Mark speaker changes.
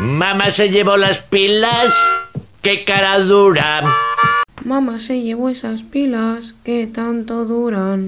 Speaker 1: Mamá se llevó las pilas. ¡Qué cara dura!
Speaker 2: Mamá se llevó esas pilas que tanto duran.